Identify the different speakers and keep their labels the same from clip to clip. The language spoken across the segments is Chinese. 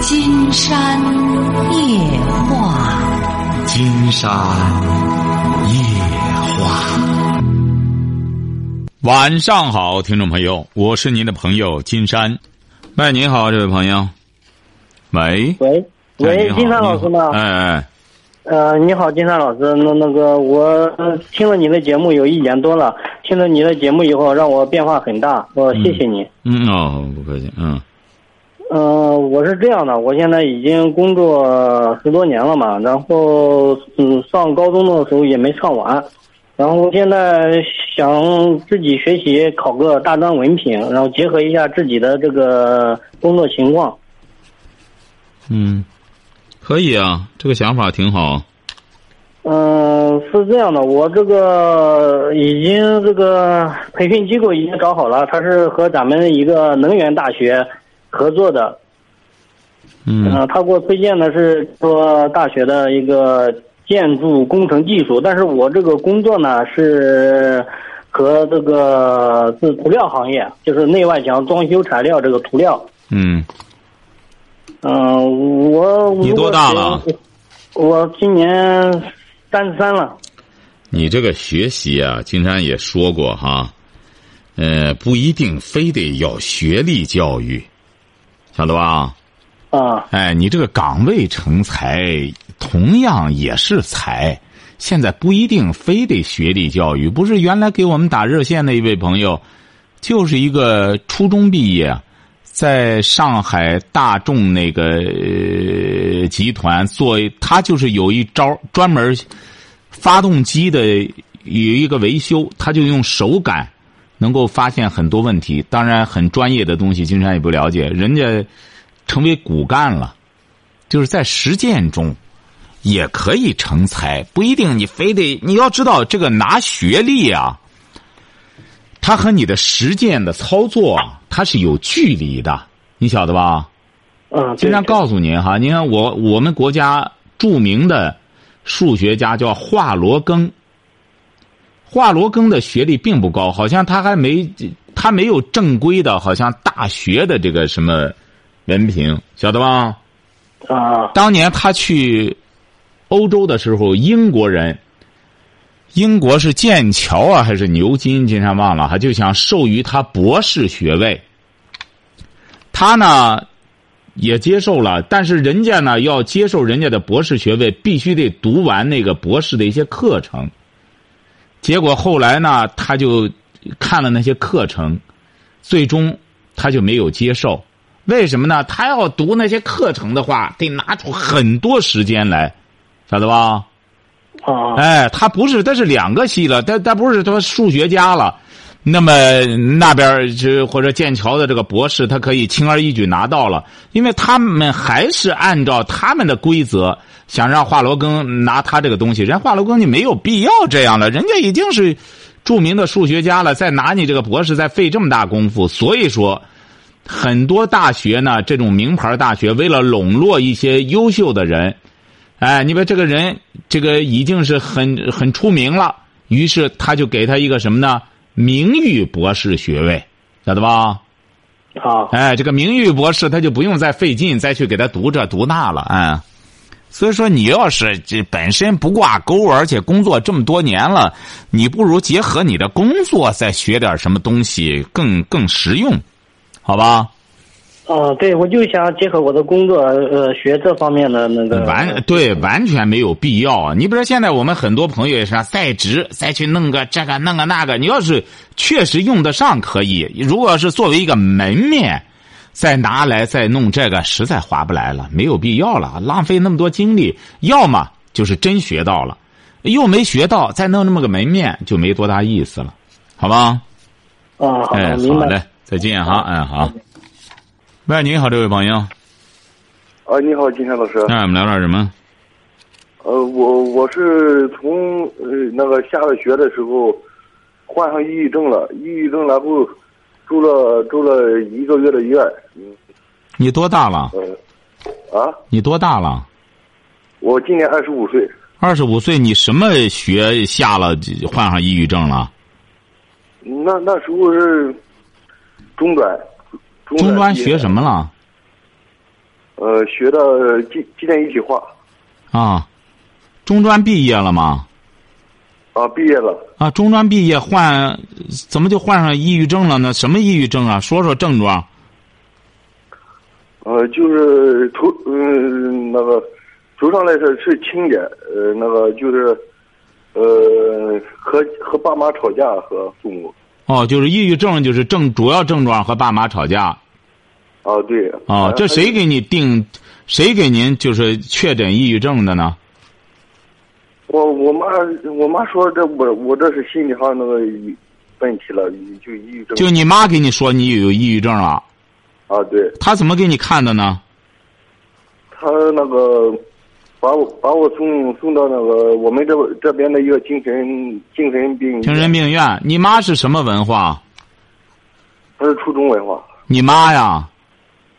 Speaker 1: 金山夜话。
Speaker 2: 金山夜话。晚上好，听众朋友，我是您的朋友金山。喂，您好，这位朋友。喂，
Speaker 3: 喂
Speaker 2: 哎
Speaker 3: 喂
Speaker 2: 你，好
Speaker 3: 金山老师吗？
Speaker 2: 哎哎，
Speaker 3: 呃，你好，金山老师，那那个我呃听了你的节目有一年多了，听了你的节目以后让我变化很大，我谢谢你。
Speaker 2: 嗯哦，不客气，嗯
Speaker 3: 嗯、我是这样的，我现在已经工作十多年了嘛，然后嗯，上高中的时候也没上完，然后现在想自己学习考个大专文凭，然后结合一下自己的这个工作情况。
Speaker 2: 嗯，可以啊，这个想法挺好。
Speaker 3: 嗯，是这样的，我这个已经这个培训机构已经找好了，它是和咱们一个能源大学合作的。
Speaker 2: 嗯
Speaker 3: 嗯，他给我推荐的是说大学的一个建筑工程技术，但是我这个工作呢是和这个是涂料行业，就是内外墙装修材料这个涂料。
Speaker 2: 嗯，
Speaker 3: 嗯，我
Speaker 2: 你多大了？
Speaker 3: 我今年三十三了。
Speaker 2: 你这个学习啊，金山也说过哈，呃，不一定非得要学历教育，晓得吧？
Speaker 3: 啊，
Speaker 2: 哎，你这个岗位成才同样也是才，现在不一定非得学历教育。不是原来给我们打热线的一位朋友，就是一个初中毕业，在上海大众那个、呃集团做，他就是有一招儿专门儿发动机的有一个维修，他就用手感能够发现很多问题。当然，很专业的东西，金山也不了解，人家。成为骨干了，就是在实践中也可以成才，不一定你非得你要知道这个拿学历啊，它和你的实践的操作啊它是有距离的，你晓得吧？
Speaker 3: 嗯，
Speaker 2: 经常告诉您哈，您看我我们国家著名的数学家叫华罗庚，华罗庚的学历并不高，好像他还没他没有正规的，好像大学的这个什么文凭，晓得吧？
Speaker 3: 对啊，
Speaker 2: 当年他去欧洲的时候，英国人，英国是剑桥啊还是牛津，金山忘了，还就想授予他博士学位。他呢也接受了，但是人家呢要接受人家的博士学位，必须得读完那个博士的一些课程。结果后来呢，他就看了那些课程，最终他就没有接受。为什么呢？他要读那些课程的话，得拿出很多时间来，晓得吧？
Speaker 3: 啊，
Speaker 2: 哎，他不是，他是两个系了，他他不是说数学家了。那么那边儿这或者剑桥的这个博士，他可以轻而易举拿到了，因为他们还是按照他们的规则，想让华罗庚拿他这个东西，人家华罗庚就没有必要这样了，人家已经是著名的数学家了，再拿你这个博士，再费这么大功夫，所以说。很多大学呢，这种名牌大学，为了笼络一些优秀的人，哎，你把这个人，这个已经是很很出名了，于是他就给他一个什么呢？名誉博士学位，晓得吧？
Speaker 3: 啊，
Speaker 2: 哎，这个名誉博士他就不用再费劲再去给他读这读那了，哎。所以说，你要是这本身不挂钩，而且工作这么多年了，你不如结合你的工作再学点什么东西更更实用，好吧？
Speaker 3: 啊，对，我就想结合我的工作，呃，学这方面的那个。
Speaker 2: 完对，完全没有必要啊！你比如说，现在我们很多朋友也是啊在职，再去弄个这个弄个那个。你要是确实用得上，可以；如果是作为一个门面，再拿来再弄这个，实在划不来了，没有必要了，浪费那么多精力。要么就是真学到了，又没学到，再弄那么个门面，就没多大意思了，好吧？
Speaker 3: 啊，好
Speaker 2: 哎，
Speaker 3: 的，明
Speaker 2: 好
Speaker 3: 白。
Speaker 2: 嘞，再见哈，哎好。喂，你好，这位朋友，哎
Speaker 4: 啊，你好，金山老师。
Speaker 2: 那我们聊点什么？
Speaker 4: 呃，我我是从呃那个下了学的时候，患上抑郁症了。抑郁症然后住了住了一个月的院。嗯
Speaker 2: 你多大了？
Speaker 4: 呃，啊，
Speaker 2: 你多大了？
Speaker 4: 我今年二十五岁。
Speaker 2: 二十五岁，你什么学下了，患上抑郁症了？
Speaker 4: 那那时候是中专，
Speaker 2: 中专学什
Speaker 4: 么？
Speaker 2: 么了？
Speaker 4: 呃，呃，学的机机电一体化
Speaker 2: 啊，中专毕业了吗？
Speaker 4: 啊，毕业了。
Speaker 2: 啊，中专毕业患怎么就患上抑郁症了呢？什么抑郁症啊？说说症状。
Speaker 4: 呃，就是头嗯那个头上来是是轻点，呃那个就是呃和和爸妈吵架和父母
Speaker 2: 哦，就是抑郁症，就是症主要症状和爸妈吵架。
Speaker 4: 啊对
Speaker 2: 哦，这谁给你定？谁给您就是确诊抑郁症的呢？
Speaker 4: 呃我我妈我妈说这我我这是心理上那个问题了，就抑郁症
Speaker 2: 就你妈给你说你有抑郁症了，
Speaker 4: 啊对，
Speaker 2: 她怎么给你看的呢？
Speaker 4: 她那个把我把我送送到那个我们这这边的一个精神精神病
Speaker 2: 精神病院。你妈是什么文化？
Speaker 4: 她是初中文化
Speaker 2: 你妈呀？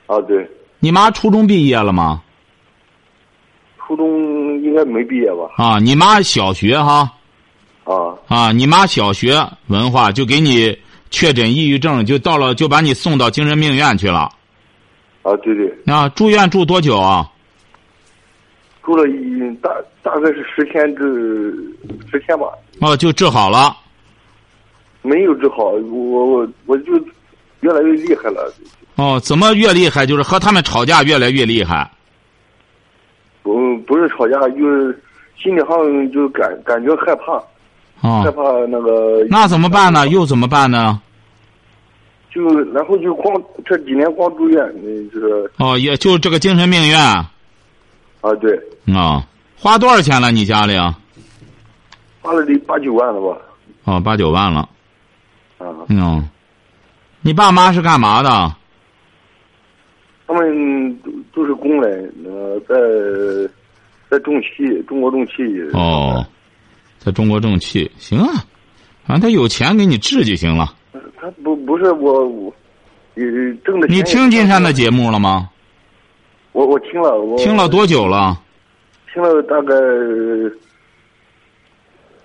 Speaker 4: 啊对，
Speaker 2: 你妈初中毕业了吗？
Speaker 4: 初中应该没毕业吧
Speaker 2: 啊，你妈小学哈
Speaker 4: 啊
Speaker 2: 啊，你妈小学文化就给你确诊抑郁症，就到了就把你送到精神病院去了。
Speaker 4: 啊对对。
Speaker 2: 啊，住院住多久啊？
Speaker 4: 住了一大大概是十天至十天吧，
Speaker 2: 哦，就治好了。
Speaker 4: 没有治好，我我我就越来越厉害了。
Speaker 2: 哦，怎么越厉害？就是和他们吵架越来越厉害。
Speaker 4: 不不是吵架，就是心里上就感感觉害怕，害
Speaker 2: 哦，
Speaker 4: 怕那个。
Speaker 2: 那怎么办呢？又怎么办呢？
Speaker 4: 就然后就光这几年光住院，嗯就是
Speaker 2: 哦，也就这个精神病院啊、
Speaker 4: 啊对，
Speaker 2: 哦花多少钱了？你家里啊？
Speaker 4: 花了得八九万了吧？
Speaker 2: 哦，八九万了。
Speaker 4: 啊，
Speaker 2: 嗯，你爸妈是干嘛的？
Speaker 4: 他们都都是工人，呃，在在中汽中国中汽。
Speaker 2: 哦，在中国正气，行啊，反正他有钱给你治就行了。
Speaker 4: 他不不是我我，也挣的钱
Speaker 2: 你
Speaker 4: 也
Speaker 2: 听金山的
Speaker 4: 不多
Speaker 2: 节目了吗？
Speaker 4: 我我听了，我
Speaker 2: 听了多久了？
Speaker 4: 听了大概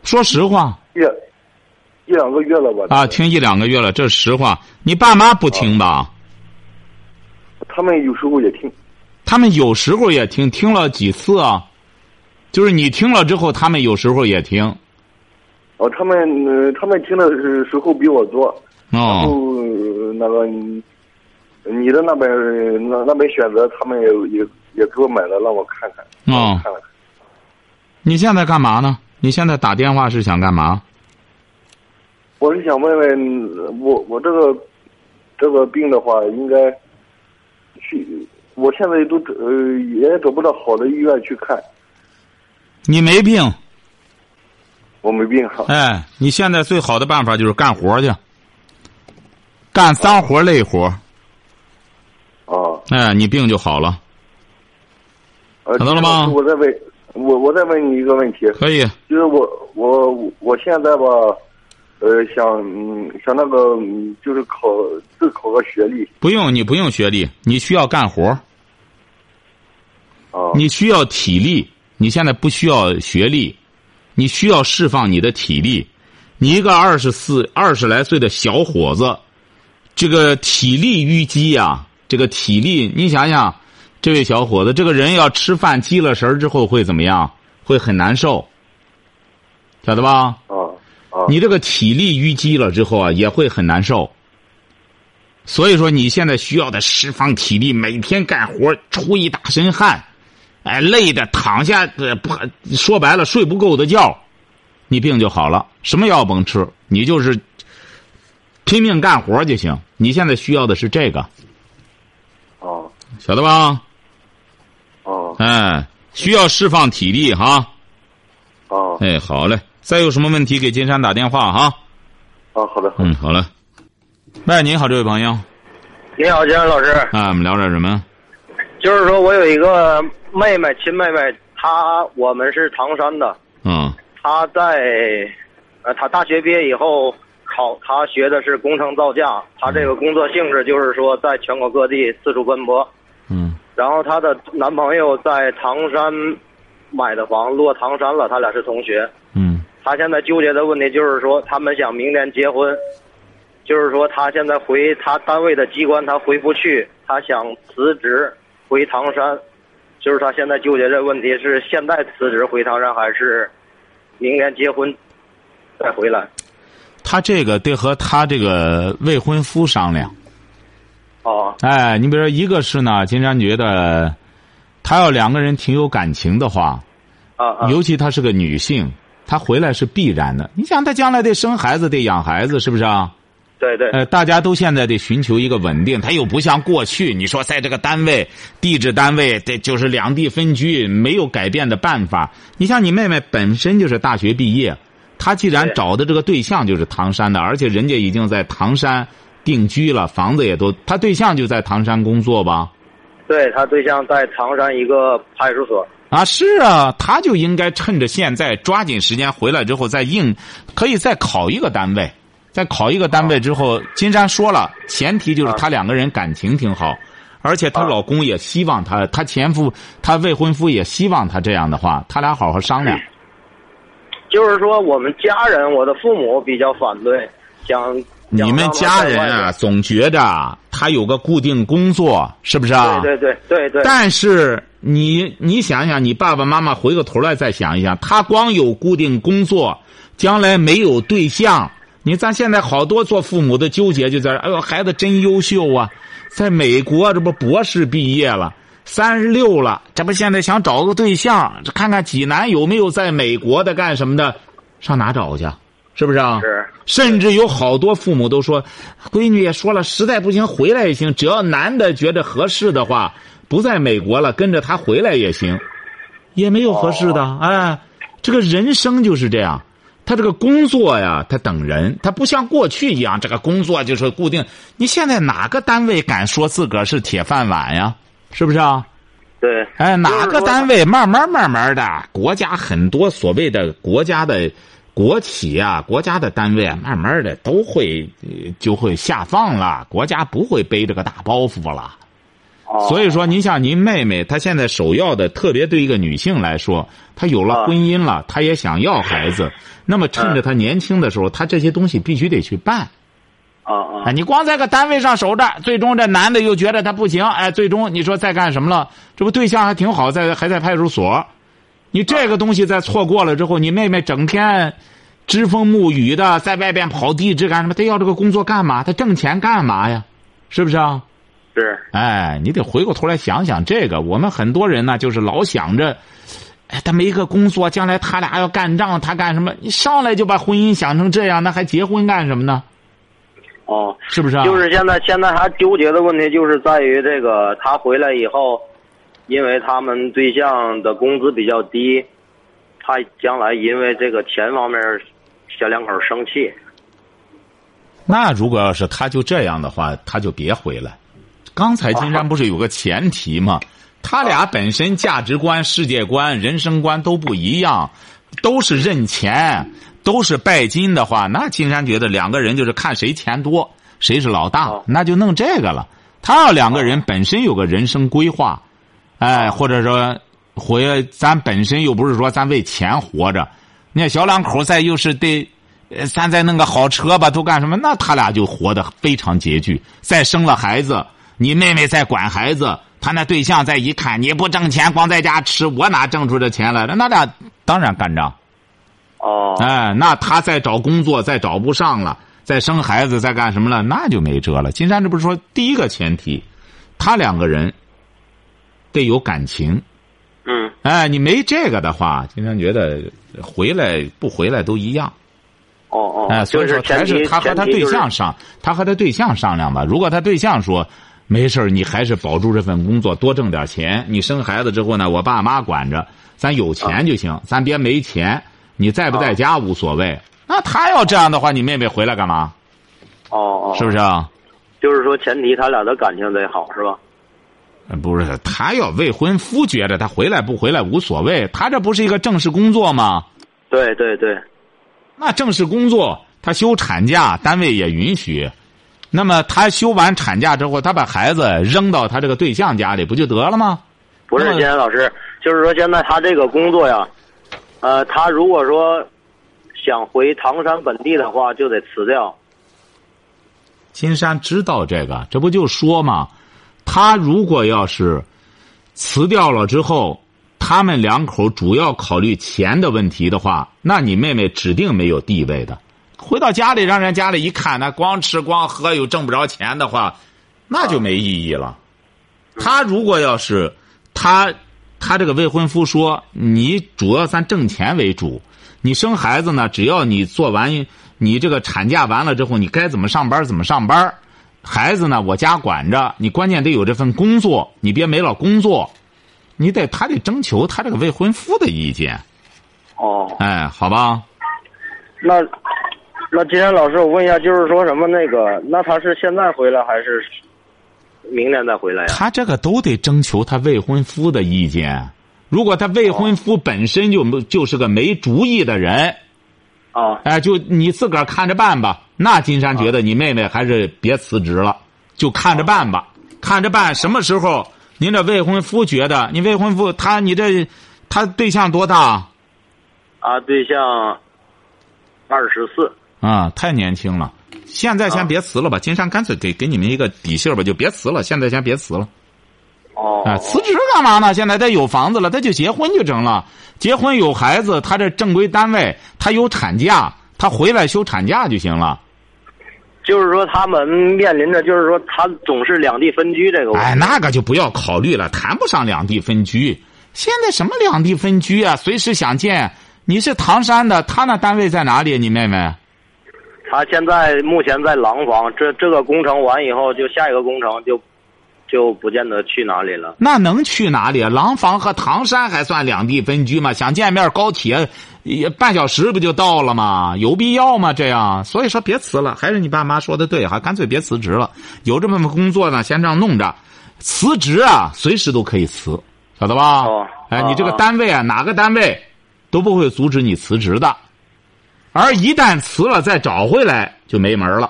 Speaker 2: 说实话
Speaker 4: 一两一两个月了吧。
Speaker 2: 啊，听一两个月了，这是实话。你爸妈不听
Speaker 4: 啊
Speaker 2: 吧？
Speaker 4: 他们有时候也听，
Speaker 2: 他们有时候也听，听了几次啊？就是你听了之后，他们有时候也听。
Speaker 4: 哦，他们、呃他们听的是时候比我多，然后、
Speaker 2: 哦
Speaker 4: 呃那个你你的那边那那边选择，他们也也也给我买了，让我看看，让我
Speaker 2: 哦，
Speaker 4: 看看。
Speaker 2: 你现在干嘛呢？你现在打电话是想干嘛？
Speaker 4: 我是想问问呃我我这个这个病的话，应该去，我现在都呃也找不到好的医院去看，
Speaker 2: 你没病，
Speaker 4: 我没病哈。
Speaker 2: 哎，你现在最好的办法就是干活去，干脏活累活，
Speaker 4: 啊，
Speaker 2: 哎，你病就好了。
Speaker 4: 呃，
Speaker 2: 找到了吗
Speaker 4: 我再问，我我再问你一个问题，
Speaker 2: 可以，
Speaker 4: 就是我我我现在吧，呃，想嗯想那个嗯就是考自考个学历
Speaker 2: 不用你不用学历，你需要干活，
Speaker 4: 啊
Speaker 2: 你需要体力。你现在不需要学历，你需要释放你的体力。你一个二十四、二十来岁的小伙子，这个体力淤积呀、这个体力，你想想，这位小伙子，这个人要吃饭积了食儿之后会怎么样？会很难受，晓得吧？
Speaker 4: 啊啊
Speaker 2: 你这个体力淤积了之后啊，也会很难受。所以说，你现在需要的释放体力，每天干活出一大身汗，哎，累的躺下，呃，不，说白了睡不够的觉，你病就好了。什么药甭吃，你就是拼命干活就行。你现在需要的是这个，
Speaker 4: 啊
Speaker 2: 晓得吧？
Speaker 4: 啊
Speaker 2: 哎，需要释放体力哈。
Speaker 4: 啊
Speaker 2: 哎，好嘞。再有什么问题给金山打电话哈。
Speaker 4: 啊！好的，好的。
Speaker 2: 嗯，好嘞。喂，您好，这位朋友。
Speaker 5: 你好，金山老师，
Speaker 2: 啊，我们聊点什么？
Speaker 5: 就是说我有一个妹妹，亲妹妹，她我们是唐山的，
Speaker 2: 嗯，
Speaker 5: 她在，呃，她大学毕业以后考，她学的是工程造价，她这个工作性质就是说在全国各地四处奔波，
Speaker 2: 嗯，
Speaker 5: 然后她的男朋友在唐山买的房落唐山了，他俩是同学，
Speaker 2: 嗯，
Speaker 5: 她现在纠结的问题就是说他们想明年结婚，就是说她现在回她单位的机关她回不去，她想辞职。回唐山，就是他现在纠结这问题是现在辞职回唐山，还是明年结婚再回来？
Speaker 2: 他这个得和他这个未婚夫商量。
Speaker 5: 啊，
Speaker 2: 哎，你比如说，一个是呢，金山觉得，他要两个人挺有感情的话，
Speaker 5: 啊啊，
Speaker 2: 尤其她是个女性，她回来是必然的。你想，她将来得生孩子，得养孩子，是不是啊？
Speaker 5: 对对，
Speaker 2: 呃，大家都现在得寻求一个稳定，他又不像过去，你说在这个单位、地质单位，这就是两地分居，没有改变的办法。你像你妹妹本身就是大学毕业，她既然
Speaker 5: 对
Speaker 2: 找的这个对象就是唐山的，而且人家已经在唐山定居了，房子也都，她对象就在唐山工作吧？
Speaker 5: 对他对象在唐山一个派出所。
Speaker 2: 啊，是啊，她就应该趁着现在抓紧时间回来之后再应，可以再考一个单位，再考一个单位之后，金山说了，前提就是
Speaker 5: 哦啊
Speaker 2: 她两个人感情挺好，而且她
Speaker 5: 啊
Speaker 2: 老公也希望她，她前夫、她未婚夫也希望她这样的话，他俩好好商量。
Speaker 5: 就是说，我们家人，我的父母比较反对，想
Speaker 2: 你们家人啊，，总觉着她有个固定工作，是不是啊？
Speaker 5: 想让他在外面对对对对对，
Speaker 2: 但是你你想想，你爸爸妈妈回过头来再想一想，他光有固定工作，将来没有对象，你咱现在好多做父母的纠结就在这儿，哎呦，孩子真优秀啊，在美国这不博士毕业了。三十六了，这不现在想找个对象，看看济南有没有在美国的干什么的，上哪找去？是不是啊？
Speaker 5: 是
Speaker 2: 甚至有好多父母都说，闺女也说了，实在不行回来也行，只要男的觉得合适的话，不在美国了，跟着他回来也行，也没有合适的。哎，这个人生就是这样，他这个工作呀，他等人，他不像过去一样，这个工作就是固定。你现在哪个单位敢说自个儿是铁饭碗呀？是不是啊？
Speaker 5: 对，
Speaker 2: 哎，哪
Speaker 5: 就是
Speaker 2: 个
Speaker 5: 说
Speaker 2: 单位慢慢慢慢的，国家很多所谓的国家的国企啊，国家的单位啊，慢慢的都会呃就会下放了，国家不会背这个大包袱了。
Speaker 5: 哦
Speaker 2: 所以说，您像您妹妹，她现在首要的，特别对一个女性来说，她有了
Speaker 5: 啊嗯
Speaker 2: 婚姻了，她也想要孩子，那么趁着她年轻的时候，她这些东西必须得去办。
Speaker 5: 啊啊
Speaker 2: 哎，你光在个单位上守着，最终这男的又觉得他不行，哎，最终你说再干什么了？这不对象还挺好，在还在派出所，你这个东西再错过了之后，你妹妹整天知风沐雨的在外边跑地质干什么？她要这个工作干嘛？她挣钱干嘛呀？是不是啊？
Speaker 5: 是
Speaker 2: 哎，你得回过头来想想这个。我们很多人呢，就是老想着，哎，他没个工作，将来他俩要干仗，他干什么？你上来就把婚姻想成这样，那还结婚干什么呢？
Speaker 5: 哦，
Speaker 2: 是不是、啊？
Speaker 5: 就是现在现在他纠结的问题就是在于这个，他回来以后，因为他们对象的工资比较低，他将来因为这个钱方面，小两口生气。
Speaker 2: 那如果要是他就这样的话，他就别回来。刚才金山不是有个前提吗？他俩本身价值观、世界观、人生观都不一样，都是认钱，都是拜金的话，那金山觉得两个人就是看谁钱多，谁是老大
Speaker 5: 哦，
Speaker 2: 那就弄这个了。他要两个人本身有个人生规划，哎，或者说回来咱本身又不是说咱为钱活着，你看小两口再又是得，呃咱再弄个好车吧，都干什么？那他俩就活得非常拮据。再生了孩子，你妹妹再管孩子，他那对象再一看你不挣钱，光在家吃，我哪挣出这钱来了？那俩当然干仗。
Speaker 5: 哦，
Speaker 2: 哎，那他再找工作再找不上了，再生孩子再干什么了，那就没辙了。金山这不是说第一个前提，他两个人得有感情。
Speaker 5: 嗯，
Speaker 2: 哎，你没这个的话，金山觉得回来不回来都一样。
Speaker 5: 哦哦，
Speaker 2: 哎，所
Speaker 5: 就
Speaker 2: 以说
Speaker 5: 是前
Speaker 2: 还
Speaker 5: 提
Speaker 2: 是他和
Speaker 5: 前
Speaker 2: 他
Speaker 5: 提
Speaker 2: 对
Speaker 5: 就是
Speaker 2: 象商，他和他对象商量吧。如果他对象说没事儿你还是保住这份工作，多挣点钱。你生孩子之后呢，我爸妈管着，咱有钱就行，咱别没钱。你在不
Speaker 5: 啊
Speaker 2: 在家无所谓。那他要这样的话，你妹妹回来干嘛？
Speaker 5: 哦哦，
Speaker 2: 是不是？啊？
Speaker 5: 就是说前提他俩的感情得好是吧？
Speaker 2: 呃不是，他要未婚夫觉得他回来不回来无所谓，他这不是一个正式工作吗？
Speaker 5: 对对对，
Speaker 2: 那正式工作，他休产假，单位也允许。那么他休完产假之后，他把孩子扔到他这个对象家里，不就得了吗？
Speaker 5: 不是
Speaker 2: 那么
Speaker 5: 金岩老师，就是说现在他这个工作呀，呃，他如果说想回唐山本地的话，就得辞掉。
Speaker 2: 金山知道这个，这不就说嘛，他如果要是辞掉了之后，他们两口主要考虑钱的问题的话，那你妹妹指定没有地位的。回到家里，让人家里一看，那光吃光喝又挣不着钱的话，那就没意义了。他如果要是他他这个未婚夫说，你主要咱挣钱为主，你生孩子呢，只要你做完你这个产假完了之后，你该怎么上班怎么上班，孩子呢我家管着，你关键得有这份工作，你别没了工作，你得他得征求他这个未婚夫的意见，
Speaker 5: 哦，
Speaker 2: 哎，好吧？
Speaker 5: 那那金山老师，我问一下，就是说什么那个，那他是现在回来还是明年再回来呀、
Speaker 2: 他这个都得征求他未婚夫的意见。如果他未婚夫本身就没就是个没主意的人，
Speaker 5: 啊？
Speaker 2: 哎，就你自个儿看着办吧。那金山觉得你妹妹还是别辞职了，就看着办吧，看着办。什么时候您这未婚夫觉得你未婚夫他你这他对象多大啊
Speaker 5: 啊，对象二十四，
Speaker 2: 啊？太年轻了，现在先别辞了吧。金山干脆给给你们一个底信儿吧，就别辞了，现在先别辞了。
Speaker 5: 哦，
Speaker 2: 啊，辞职干嘛呢？现在他有房子了，他就结婚就成了。结婚有孩子，他这正规单位，他有产假，他回来休产假就行了。
Speaker 5: 就是说他们面临着，就是说他总是两地分居这个问题。
Speaker 2: 哎，那个就不要考虑了，谈不上两地分居。现在什么两地分居啊？随时想见。你是唐山的，他那单位在哪里？你妹妹？
Speaker 5: 他现在目前在廊坊，这这个工程完以后，就下一个工程就就不见得去哪里了。
Speaker 2: 那能去哪里？廊坊和唐山还算两地分居吗？想见面，高铁也半小时不就到了吗？有必要吗？这样，所以说别辞了。还是你爸妈说的对，还干脆别辞职了。有这么份工作呢，先这样弄着。辞职啊，随时都可以辞，晓得吧？
Speaker 5: 哦
Speaker 2: 哎，
Speaker 5: 哦
Speaker 2: 你这个
Speaker 5: 哦
Speaker 2: 单位啊，哪个单位都不会阻止你辞职的。而一旦辞了，再找回来就没门儿了，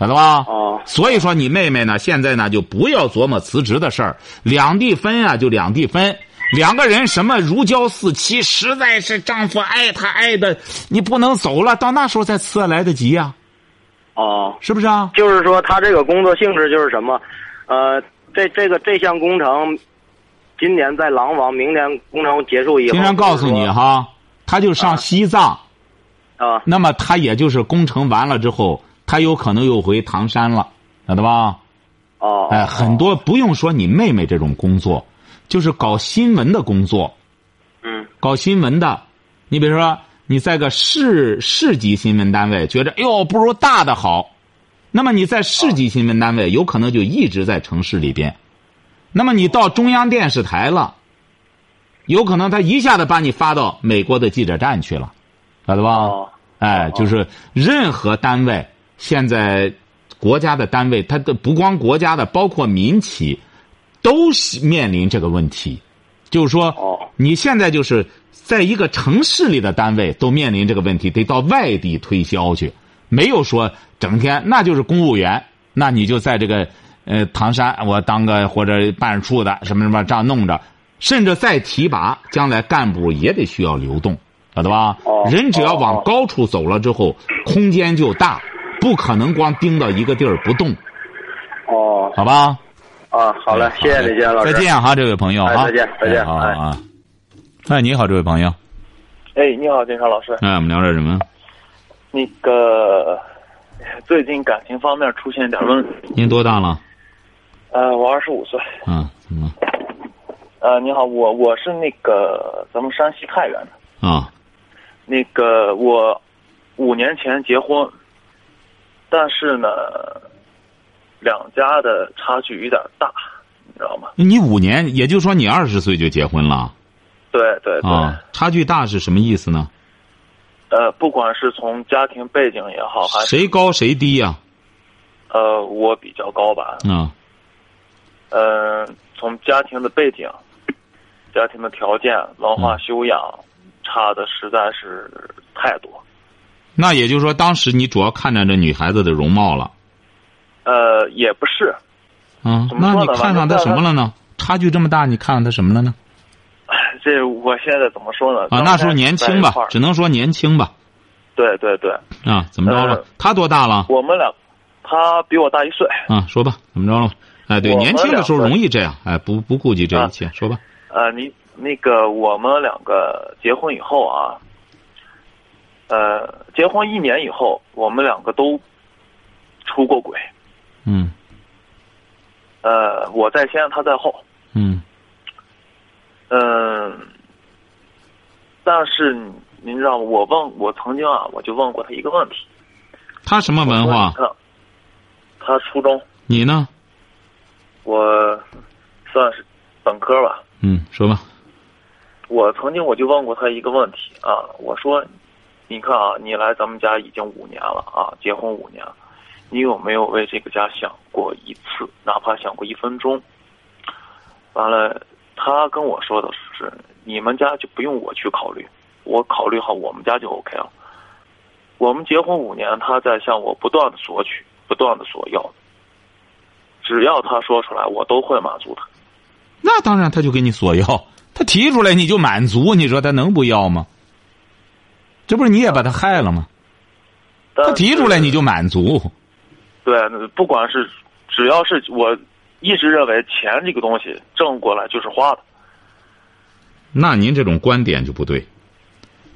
Speaker 2: 晓得吧？
Speaker 5: 哦
Speaker 2: 所以说，你妹妹呢，现在呢就不要琢磨辞职的事儿，两地分啊，就两地分。两个人什么如胶似漆，实在是丈夫爱她爱的，你不能走了，到那时候再辞来得及呀、
Speaker 5: 哦，
Speaker 2: 是不是啊？
Speaker 5: 就是说他这个工作性质就是什么，呃，这这个这项工程，今年在廊坊，明年工程结束以后，
Speaker 2: 经常告诉你啊哈，她就上西藏，
Speaker 5: 啊，
Speaker 2: 那么她也就是工程完了之后，她有可能又回唐山了，晓得吧？
Speaker 5: 哦，
Speaker 2: 哎，很多不用说，你妹妹这种工作，就是搞新闻的工作，
Speaker 5: 嗯
Speaker 2: 搞新闻的，你比如说你在个市市级新闻单位，觉着哟不如大的好，那么你在市级新闻单位有可能就一直在城市里边，那么你到中央电视台了，有可能他一下子把你发到美国的记者站去了，晓得吧？
Speaker 5: 哦
Speaker 2: 哎，就是任何单位，现在国家的单位，它的不光国家的，包括民企，都是面临这个问题。就是
Speaker 5: 哦
Speaker 2: 说，你现在就是在一个城市里的单位都面临这个问题，得到外地推销去，没有说整天那就是公务员，那你就在这个呃唐山我当个或者办事处的什么什么这样弄着，甚至再提拔，将来干部也得需要流动，晓得吧？
Speaker 5: 哦
Speaker 2: 人只要
Speaker 5: 哦哦
Speaker 2: 往高处走了之后，空间就大，不可能光盯到一个地儿不动，
Speaker 5: 哦
Speaker 2: 好吧？
Speaker 5: 啊，好嘞，谢谢你，金山老师，
Speaker 2: 哎再见哈，这位朋友
Speaker 5: 哎
Speaker 2: 哈，
Speaker 5: 再见再见
Speaker 2: 哎好
Speaker 5: 哎
Speaker 2: 啊。哎，你好，这位朋友，
Speaker 6: 哎，你好，金山老师。
Speaker 2: 哎，我们聊点什么？
Speaker 6: 那个 最近感情方面出现点问题。
Speaker 2: 您多大了？
Speaker 6: 呃，我二十五岁。
Speaker 2: 啊，怎么了
Speaker 6: 呃，你好，我我是那个咱们山西太原的。
Speaker 2: 啊？
Speaker 6: 那个我五年前结婚，但是呢，两家的差距有点大，你知道吗？
Speaker 2: 你五年，也就是说你二十岁就结婚了
Speaker 6: 对对对。
Speaker 2: 啊？差距大是什么意思呢？
Speaker 6: 呃，不管是从家庭背景也好，还是
Speaker 2: 谁高谁低呀？
Speaker 6: 呃我比较高吧，
Speaker 2: 啊，
Speaker 6: 呃，从家庭的背景、家庭的条件、文化修养，差的实在是太多。
Speaker 2: 那也就是说，当时你主要看着这女孩子的容貌了
Speaker 6: 呃，也不是，
Speaker 2: 啊？
Speaker 6: 怎么
Speaker 2: 那
Speaker 6: 说
Speaker 2: 你
Speaker 6: 呢
Speaker 2: 看上她什么了呢？差距这么大，你看上她什么了呢？
Speaker 6: 哎这我现在怎么说呢？
Speaker 2: 啊，那时候年轻吧
Speaker 6: 在一块儿，
Speaker 2: 只能说年轻吧。
Speaker 6: 对对对，
Speaker 2: 啊，怎么着了
Speaker 6: 呃？
Speaker 2: 她多大了？
Speaker 6: 我们俩，他比我大一岁，
Speaker 2: 啊，说吧，怎么着了？哎，对，
Speaker 6: 我
Speaker 2: 年轻的时候
Speaker 6: 们两个
Speaker 2: 容易这样，哎，不不顾及这一切，说吧。
Speaker 6: 呃，你那个我们两个结婚以后啊，呃，结婚一年以后，我们两个都出过轨。
Speaker 2: 嗯
Speaker 6: 呃，我在先，他在后。
Speaker 2: 嗯
Speaker 6: 嗯、但是你您知道吗？我问我曾经啊，我就问过他一个问题。，
Speaker 2: 他什么文化？
Speaker 6: 我说你看他初中，
Speaker 2: 你呢？
Speaker 6: 我算是本科吧。
Speaker 2: 嗯，说吧。
Speaker 6: 我曾经我就问过他一个问题啊，我说，你看啊，你来咱们家已经五年了啊，结婚五年了，你有没有为这个家想过一次，哪怕想过一分钟？完了，他跟我说的是，你们家就不用我去考虑，我考虑好我们家就 OK 了。我们结婚五年，他在向我不断的索取，不断的索要，只要他说出来，我都会满足他。
Speaker 2: 那当然，他就给你索要，他提出来你就满足，你说他能不要吗？这不是你也把他害了吗？
Speaker 6: 但
Speaker 2: 他提出来
Speaker 6: 是
Speaker 2: 你就满足，
Speaker 6: 对，不管是只要是我一直认为钱这个东西挣过来就是花的，
Speaker 2: 那您这种观点就不对。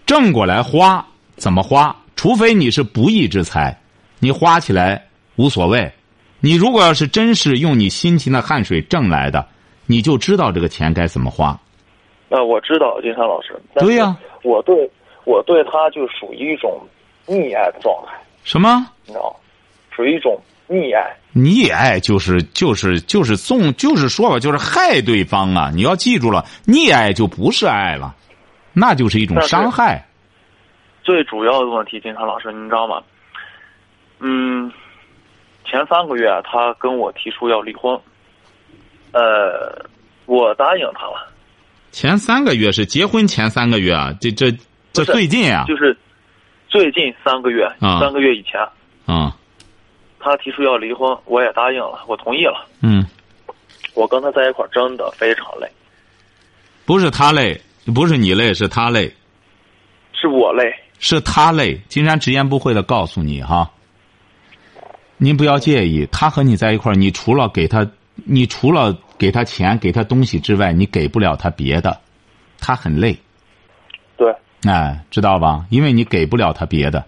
Speaker 2: 挣过来花怎么花？除非你是不义之财，你花起来无所谓。你如果要是真是用你辛勤的汗水挣来的，你就知道这个钱该怎么花。
Speaker 6: 那我知道金山老师。但
Speaker 2: 对呀、
Speaker 6: 是我对我对他就属于一种溺爱的状态，
Speaker 2: 什么？
Speaker 6: 你知道吗？属于一种溺爱。
Speaker 2: 你也爱就是就是就是纵就是说吧，就是害对方啊！你要记住了，溺爱就不是爱了，那就是一种
Speaker 6: 但是
Speaker 2: 伤害。
Speaker 6: 最主要的问题，金山老师，您知道吗？嗯，前三个月他跟我提出要离婚，呃，我答应他了，
Speaker 2: 前三个月是结婚前三个月啊，这这这
Speaker 6: 不是
Speaker 2: 最近啊
Speaker 6: 就是最近三个月，
Speaker 2: 啊
Speaker 6: 三个月以前，
Speaker 2: 啊
Speaker 6: 他提出要离婚，我也答应了，我同意了。
Speaker 2: 嗯，
Speaker 6: 我跟他在一块儿真的非常累，
Speaker 2: 不是他累，不是你累，是他累，
Speaker 6: 是我累。
Speaker 2: 是他累。金山直言不讳的告诉你哈，您不要介意，他和你在一块儿，你除了给他，你除了给他钱、给他东西之外，你给不了他别的，他很累。
Speaker 6: 对，
Speaker 2: 哎，知道吧？因为你给不了他别的，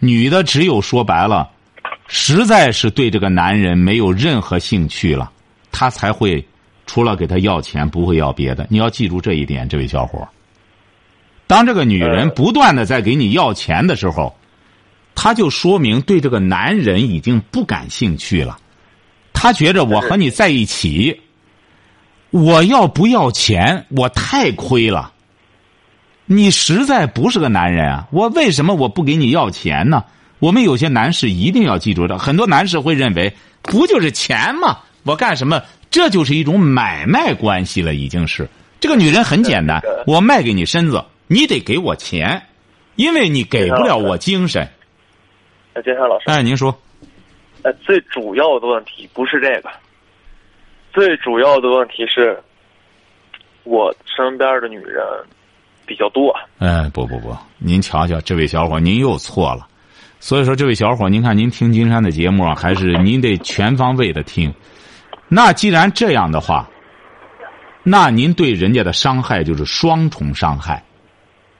Speaker 2: 女的只有说白了，实在是对这个男人没有任何兴趣了，她才会除了给他要钱，不会要别的。你要记住这一点，这位小伙儿。当这个女人
Speaker 6: 呃
Speaker 2: 不断的在给你要钱的时候，她就说明对这个男人已经不感兴趣了。她觉着我和你在一起，我要不要钱，我太亏了。你实在不是个男人啊！我为什么我不给你要钱呢？我们有些男士一定要记住的，很多男士会认为不就是钱吗？我干什么？这就是一种买卖关系了，已经是。这个女人很简单
Speaker 6: 这个，
Speaker 2: 我卖给你身子，你得给我钱，因为你给不了我精神。
Speaker 6: 那金山老师，
Speaker 2: 哎，您说，
Speaker 6: 呃，最主要的问题不是这个，最主要的问题是，我身边的女人比较多。
Speaker 2: 哎，不不不，您瞧瞧，这位小伙，您又错了。所以说，这位小伙，您看，您听金山的节目啊，还是您得全方位的听。那既然这样的话，那您对人家的伤害就是双重伤害。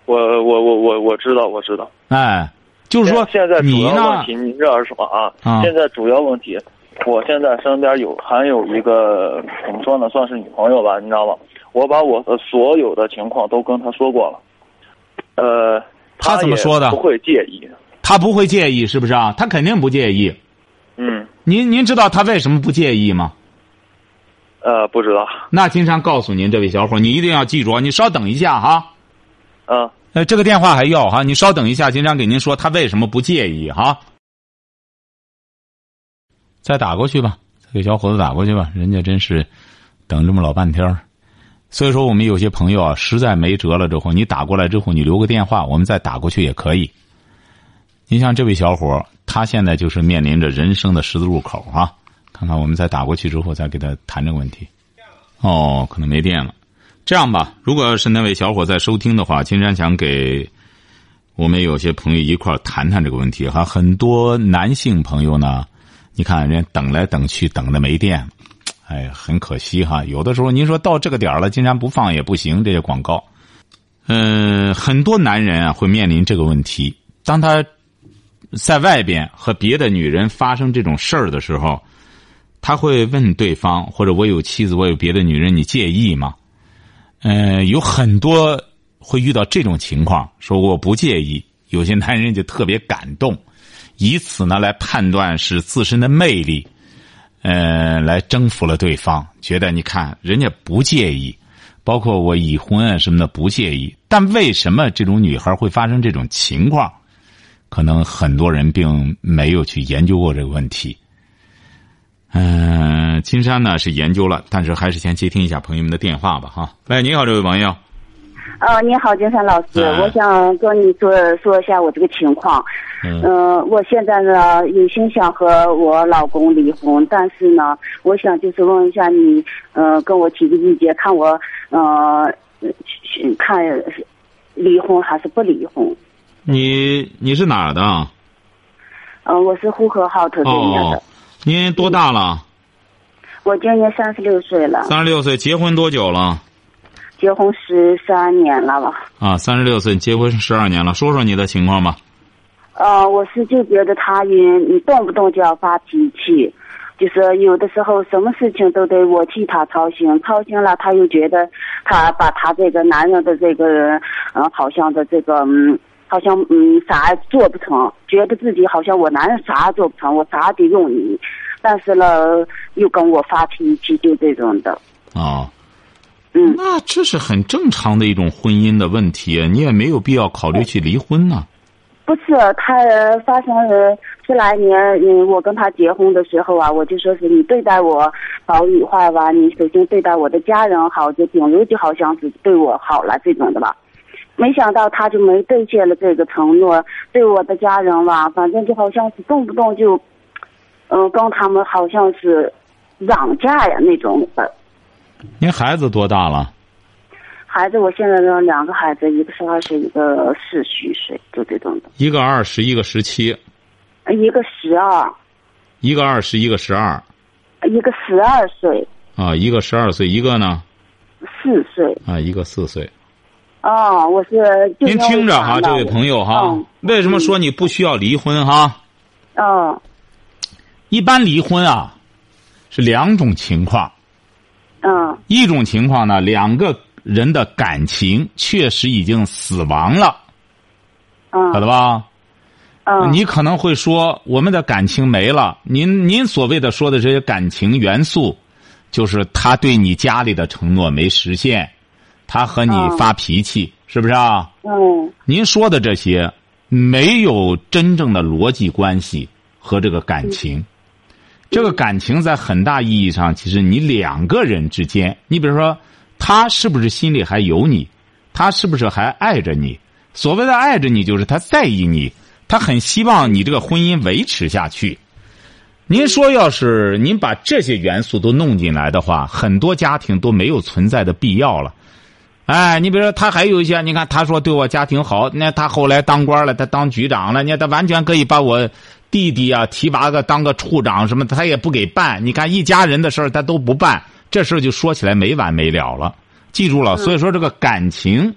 Speaker 6: 我我我我我知道，我知道。
Speaker 2: 哎，就是说，
Speaker 6: 现在主
Speaker 2: 你
Speaker 6: 要
Speaker 2: 呢
Speaker 6: 问？题，你知道是什么啊？
Speaker 2: 啊
Speaker 6: 现在主要问题，我现在身边有还有一个怎么说呢，算是女朋友吧，你知道吗？我把我的所有的情况都跟她说过了，呃，
Speaker 2: 她怎么
Speaker 6: 也
Speaker 2: 说的
Speaker 6: 不会介意，
Speaker 2: 他不会介意，是不是啊？他肯定不介意。
Speaker 6: 嗯，
Speaker 2: 您您知道他为什么不介意吗？
Speaker 6: 呃，不知道，
Speaker 2: 那金山告诉您，这位小伙，你一定要记住啊，你稍等一下哈、
Speaker 6: 嗯、
Speaker 2: 呃，这个电话还要哈，你稍等一下，金山给您说他为什么不介意哈。再打过去吧，再给小伙子打过去吧，人家真是等这么老半天儿所以说，我们有些朋友啊，实在没辙了之后，你打过来之后，你留个电话，我们再打过去也可以。您像这位小伙儿，他现在就是面临着人生的十字路口啊，看看我们再打过去之后，再给他谈这个问题。哦，可能没电了。这样吧，如果是那位小伙在收听的话，金山想给我们有些朋友一块儿谈谈这个问题哈。很多男性朋友呢，你看人家等来等去，等的没电，哎，很可惜哈。有的时候您说到这个点儿了，竟然不放也不行，这些广告。嗯，很多男人啊会面临这个问题，当他在外边和别的女人发生这种事儿的时候，他会问对方，或者我有妻子，我有别的女人，你介意吗？呃，有很多会遇到这种情况，说我不介意。有些男人就特别感动，以此呢来判断是自身的魅力，呃，来征服了对方，觉得你看人家不介意，包括我已婚啊什么的不介意。但为什么这种女孩会发生这种情况？可能很多人并没有去研究过这个问题。嗯、金山呢是研究了，但是还是先接听一下朋友们的电话吧，哈。喂，你好，这位朋友。
Speaker 7: 呃，你好，金山老师，
Speaker 2: 哎
Speaker 7: 我想跟你说说一下我这个情况。
Speaker 2: 嗯
Speaker 7: 嗯、我现在呢有心想和我老公离婚，但是呢，我想就是问一下你，呃，跟我提个意见，看我呃，去看离婚还是不离婚？
Speaker 2: 你你是哪儿的啊？
Speaker 7: 嗯、我是呼和浩特这边的，
Speaker 2: 哦，您多大了？
Speaker 7: 我今年三十六岁了，
Speaker 2: 三十六岁，结婚多久了？
Speaker 7: 结婚十三年了吧。
Speaker 2: 啊，三十六岁，结婚十二年了。说说你的情况吧。
Speaker 7: 呃，我是就觉得他也，你动不动就要发脾气，就是有的时候什么事情都得我替他操心，操心了他又觉得他把他这个男人的这个，呃，好像的这个，嗯，好像嗯啥也做不成，觉得自己好像我男人啥也做不成，我啥得用你，但是呢又跟我发脾气，就这种的，
Speaker 2: 啊，
Speaker 7: 嗯
Speaker 2: 那这是很正常的一种婚姻的问题，啊你也没有必要考虑去离婚呢、
Speaker 7: 不是他呃发生呃是来年，嗯，我跟他结婚的时候啊，我就说是你对待我好与坏吧，你首先对待我的家人好，就顶多就好像是对我好了这种的吧。没想到他就没兑现了这个承诺，对我的家人吧，反正就好像是动不动就，嗯、跟他们好像是嚷架呀那种呃的。
Speaker 2: 您孩子多大了？
Speaker 7: 孩子，我现在呢两个孩子，一个是二岁，一个是虚岁，就这种的。呃
Speaker 2: 一个二十，一个十七，
Speaker 7: 一个十二，
Speaker 2: 一个二十，一个十二
Speaker 7: 一个十二岁。
Speaker 2: 啊，一个十二岁，一个呢
Speaker 7: 四岁。
Speaker 2: 啊，一个四岁。
Speaker 7: 哦，我是就
Speaker 2: 您
Speaker 7: 因为
Speaker 2: 听着哈，
Speaker 7: 烦了
Speaker 2: 这位朋友哈，
Speaker 7: 嗯
Speaker 2: 为什么说你不需要离婚哈？
Speaker 7: 我哦
Speaker 2: 一般离婚啊，是两种情况，
Speaker 7: 嗯
Speaker 2: 一种情况呢，两个人的感情确实已经死亡了，晓
Speaker 7: 嗯
Speaker 2: 得吧？
Speaker 7: 嗯，
Speaker 2: 你可能会说我们的感情没了。您您所谓的说的这些感情元素，就是他对你家里的承诺没实现，他和你
Speaker 7: 嗯
Speaker 2: 发脾气，是不是啊？
Speaker 7: 嗯
Speaker 2: 您说的这些没有真正的逻辑关系和这个感情。这个感情在很大意义上，其实你两个人之间，你比如说，他是不是心里还有你？他是不是还爱着你？所谓的爱着你，就是他在意你，他很希望你这个婚姻维持下去。您说，要是您把这些元素都弄进来的话，很多家庭都没有存在的必要了。哎，你比如说，他还有一些，你看他说对我家庭好，那他后来当官了，他当局长了，你看他完全可以把我弟弟啊提拔个当个处长什么的，他也不给办。你看一家人的事儿他都不办，这事儿就说起来没完没了了。记住了，所以说这个感情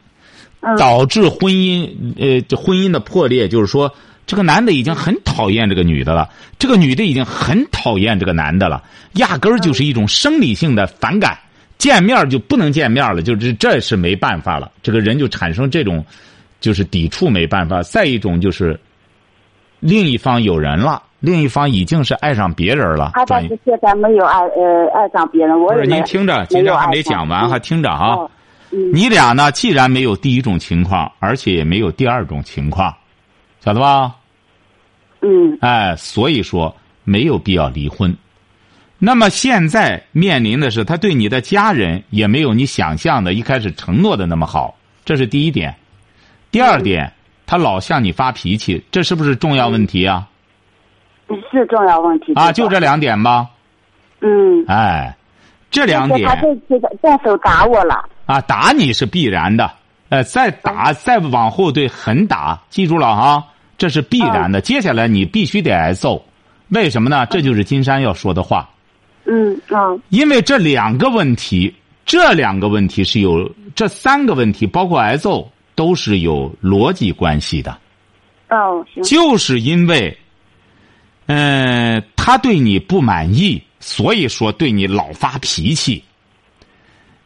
Speaker 7: 嗯
Speaker 2: 导致婚姻呃这婚姻的破裂，就是说这个男的已经很讨厌这个女的了，这个女的已经很讨厌这个男的了，压根儿就是一种生理性的反感。见面儿就不能见面儿了，就这这是没办法了。这个人就产生这种，就是抵触没办法。再一种就是，另一方有人了，另一方已经是爱上别人了。
Speaker 7: 他
Speaker 2: 转
Speaker 7: 但
Speaker 2: 移
Speaker 7: 是现在没有爱呃爱上别人，我
Speaker 2: 不
Speaker 7: 也
Speaker 2: 是
Speaker 7: 没
Speaker 2: 您听着，
Speaker 7: 没
Speaker 2: 今
Speaker 7: 有
Speaker 2: 天还
Speaker 7: 爱
Speaker 2: 没
Speaker 7: 上
Speaker 2: 讲完，
Speaker 7: 嗯
Speaker 2: 还听着啊。
Speaker 7: 哦嗯
Speaker 2: 你俩呢，既然没有第一种情况，而且也没有第二种情况，晓得吧？
Speaker 7: 嗯
Speaker 2: 哎，所以说没有必要离婚。那么现在面临的是，他对你的家人也没有你想象的一开始承诺的那么好，这是第一点。第二点，他老向你发脾气，这是不是重要问题啊？
Speaker 7: 是重要问题
Speaker 2: 啊，就这
Speaker 7: 个
Speaker 2: 两点吧。
Speaker 7: 嗯
Speaker 2: 哎，这两
Speaker 7: 而且他
Speaker 2: 点
Speaker 7: 这次的动手打我了，
Speaker 2: 啊，打你是必然的，呃，再打，再往后对狠打，记住了哈，这是必然的。接下来你必须得挨揍，为什么呢？这就是金山要说的话。
Speaker 7: 嗯啊
Speaker 2: 因为这两个问题，这两个问题是有这三个问题，包括挨揍，都是有逻辑关系的。
Speaker 7: 哦行
Speaker 2: 就是因为，嗯，他对你不满意，所以说对你老发脾气。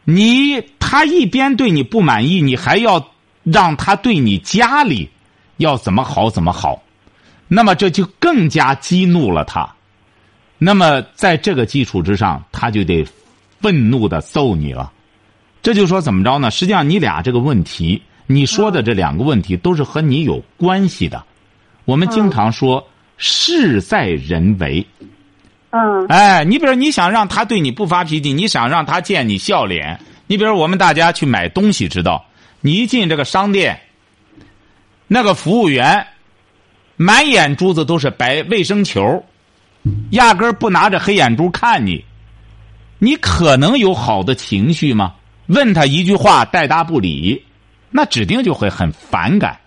Speaker 2: 你他一边对你不满意，你还要让他对你家里要怎么好怎么好，那么这就更加激怒了他。那么在这个基础之上，他就得愤怒的揍你了。这就说怎么着呢？实际上你俩这个问题，你说的这两个问题都是和你有关系的。我们经常说事在人为。
Speaker 7: 嗯
Speaker 2: 哎，你比如你想让他对你不发脾气，你想让他见你笑脸。你比如我们大家去买东西，知道，你一进这个商店，那个服务员满眼珠子都是白卫生球，压根儿不拿着黑眼珠看你，你可能有好的情绪吗？问他一句话，带答不理，那指定就会很反感。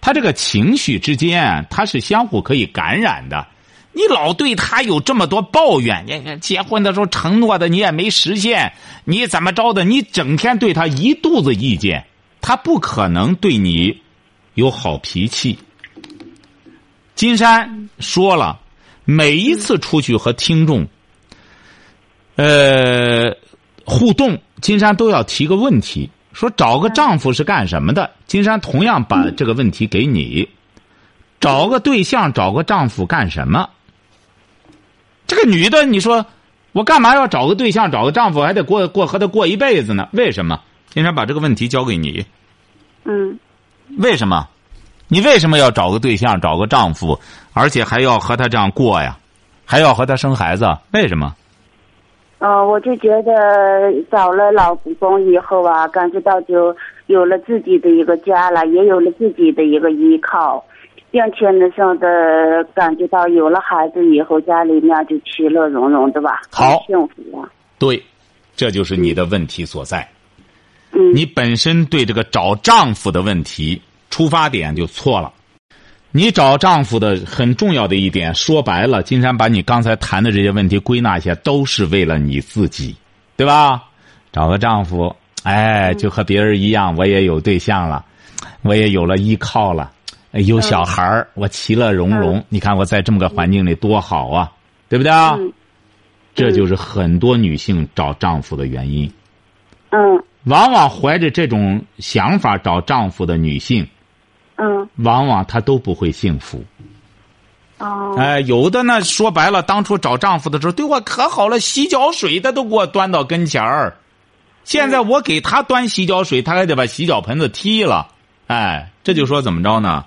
Speaker 2: 他这个情绪之间，啊他是相互可以感染的。你老对他有这么多抱怨，你你结婚的时候承诺的你也没实现，你怎么着的？你整天对他一肚子意见，他不可能对你有好脾气。金山说了，每一次出去和听众，呃，互动，金山都要提个问题，说找个丈夫是干什么的？金山同样把这个问题给你，找个对象，找个丈夫干什么？这个女的，你说我干嘛要找个对象，找个丈夫，还得过过和他过一辈子呢？为什么？金山把这个问题交给你。
Speaker 7: 嗯
Speaker 2: 为什么？你为什么要找个对象，找个丈夫，而且还要和他这样过呀？还要和他生孩子？为什么？
Speaker 7: 呃，我就觉得找了老公以后啊，感觉到就有了自己的一个家了，也有了自己的一个依靠，并且呢，上的感觉到有了孩子以后，家里面就其乐融融的吧，
Speaker 2: 好
Speaker 7: 很幸福啊。
Speaker 2: 对，这就是你的问题所在。
Speaker 7: 嗯，
Speaker 2: 你本身对这个找丈夫的问题出发点就错了。你找丈夫的很重要的一点，说白了，金山把你刚才谈的这些问题归纳一下，都是为了你自己，对吧？找个丈夫，
Speaker 7: 嗯
Speaker 2: 哎，就和别人一样，我也有对象了，我也有了依靠了，哎
Speaker 7: 嗯
Speaker 2: 有小孩儿，我其乐融融。你看我在这么个环境里多好啊，对不对啊？
Speaker 7: 嗯
Speaker 2: 这就是很多女性找丈夫的原因。
Speaker 7: 嗯
Speaker 2: 往往怀着这种想法找丈夫的女性，
Speaker 7: 嗯
Speaker 2: 往往她都不会幸福。
Speaker 7: 哦
Speaker 2: 哎、有的呢，说白了，当初找丈夫的时候对我可好了，洗脚水的都给我端到跟前儿。现在我给他端洗脚水，他还得把洗脚盆子踢了。哎，这就说怎么着呢？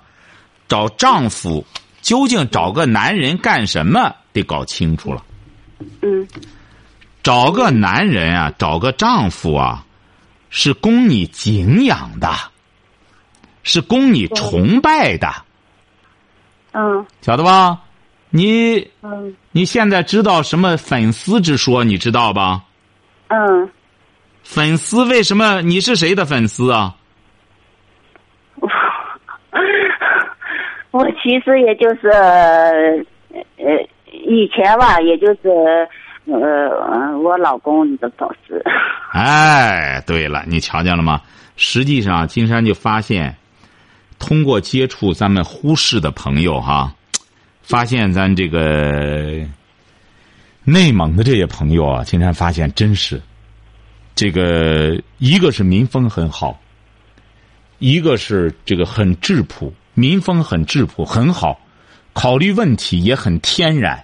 Speaker 2: 找丈夫究竟找个男人干什么，得搞清楚了。
Speaker 7: 嗯
Speaker 2: 找个男人啊，找个丈夫啊，是供你敬仰的，是供你崇拜的，
Speaker 7: 嗯
Speaker 2: 晓得吧？你
Speaker 7: 嗯
Speaker 2: 你现在知道什么粉丝之说？你知道吧？
Speaker 7: 嗯，
Speaker 2: 粉丝为什么你是谁的粉丝啊？
Speaker 7: 我其实也就是呃以前吧，也就是呃我老公的粉丝。
Speaker 2: 哎，对了，你瞧见了吗？实际上，金山就发现，通过接触咱们忽视的朋友哈、发现咱这个内蒙的这些朋友啊，金山发现真是，这个一个是民风很好，一个是这个很质朴，民风很质朴，很好，考虑问题也很天然，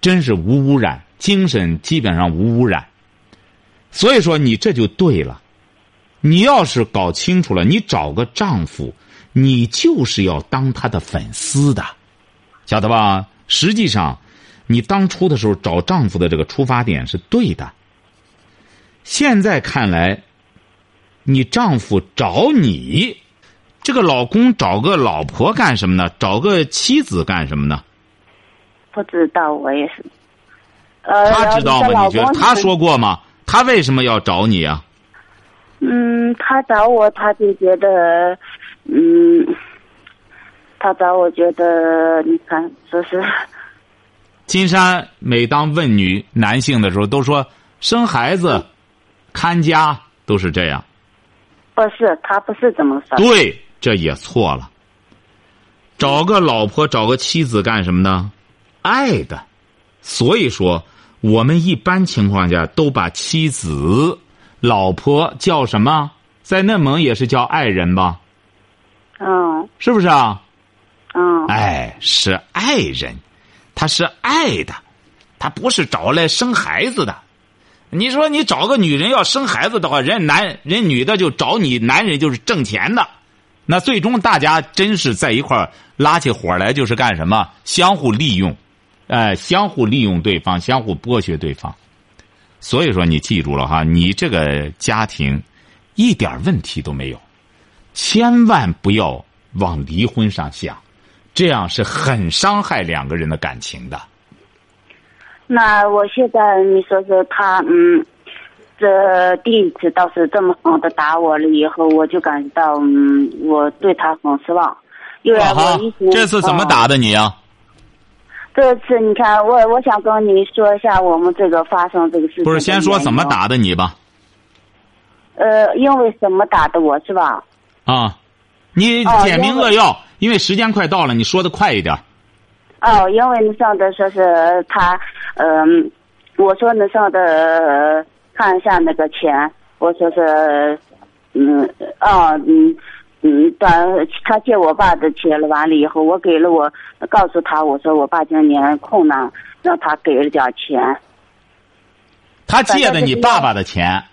Speaker 2: 真是无污染，精神基本上无污染。所以说你这就对了，你要是搞清楚了，你找个丈夫，你就是要当他的粉丝的，晓得吧？实际上，你当初的时候找丈夫的这个出发点是对的。现在看来，你丈夫找你，这个老公找个老婆干什么呢？找个妻子干什么呢？
Speaker 7: 不知道，我也是。呃，
Speaker 2: 他知道
Speaker 7: 然
Speaker 2: 吗？
Speaker 7: 后
Speaker 2: 你
Speaker 7: 这
Speaker 2: 觉得
Speaker 7: 老公
Speaker 2: 他说过吗？他为什么要找你啊？
Speaker 7: 嗯，他找我，他就觉得，嗯，他找我觉得，你看，说是
Speaker 2: 金山每当问女男性的时候，都说生孩子、看家都是这样。
Speaker 7: 不是，他不是这么说。
Speaker 2: 对，这也错了。找个老婆，找个妻子干什么呢？爱的。所以说，我们一般情况下都把妻子、老婆叫什么？在内蒙也是叫爱人吧？
Speaker 7: 嗯
Speaker 2: 是不是啊？
Speaker 7: 嗯
Speaker 2: 哎，是爱人，他是爱的，他不是找来生孩子的。你说你找个女人要生孩子的话，人家男人女的就找你男人就是挣钱的，那最终大家真是在一块儿拉起火来，就是干什么？相互利用，哎，相互利用对方，相互剥削对方。所以说，你记住了哈，你这个家庭一点儿问题都没有，千万不要往离婚上想。这样是很伤害两个人的感情的。
Speaker 7: 那我现在你说说他，嗯，这第一次倒是这么好的打我了，以后我就感觉到，嗯，我对他很失望。因为啊我一直、
Speaker 2: 啊这次怎么
Speaker 7: 嗯
Speaker 2: 打的你啊？
Speaker 7: 这次你看，我我想跟你说一下我们这个发生这个事情。
Speaker 2: 不是，先说怎么？打的你吧。
Speaker 7: 呃，因为什么打的我是吧？
Speaker 2: 啊，你
Speaker 7: 哦
Speaker 2: 简明
Speaker 7: 因为
Speaker 2: 扼要，因为时间快到了，你说的快一点。
Speaker 7: 哦，因为你上的说是他，嗯、我说你上的、呃看一下那个钱，我说是，嗯，哦，嗯。嗯，短他借我爸的钱了，完了以后我给了我，告诉他我说我爸今年困难，让他给了点钱。
Speaker 2: 他借的你爸爸的钱，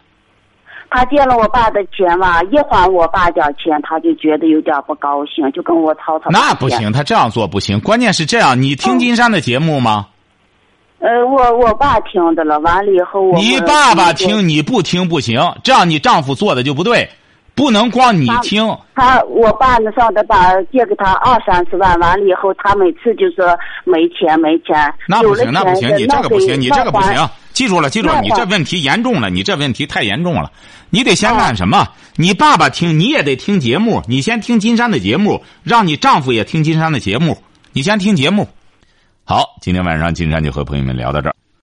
Speaker 7: 他借了我爸的钱嘛，一还我爸点钱，他就觉得有点不高兴，就跟我吵吵。
Speaker 2: 那不。行，他这样做不行。关键是这样，你听金山的节目吗？
Speaker 7: 嗯呃，我我爸听的了，完了以后我
Speaker 2: 你
Speaker 7: 我
Speaker 2: 爸爸
Speaker 7: 我
Speaker 2: 听，你不听不行。这样你丈夫做的就不对，不能光你
Speaker 7: 他
Speaker 2: 听。
Speaker 7: 他我爸那上的把借给他二三十万，完了以后他每次就说没钱没钱，
Speaker 2: 那
Speaker 7: 有
Speaker 2: 不
Speaker 7: 了
Speaker 2: 行，那不行，
Speaker 7: 钱就
Speaker 2: 你这个不行，你这个不。
Speaker 7: 那给那
Speaker 2: 行
Speaker 7: 还。
Speaker 2: 记住了，记住了，
Speaker 7: 那
Speaker 2: 你
Speaker 7: 还
Speaker 2: 这问题严重了，你这问题太严重了。你得先
Speaker 7: 啊
Speaker 2: 干什么？你爸爸听，你也得听节目。你先听金山的节目，让你丈夫也听金山的节目。你先听节目。好，今天晚上金山就和朋友们聊到这儿。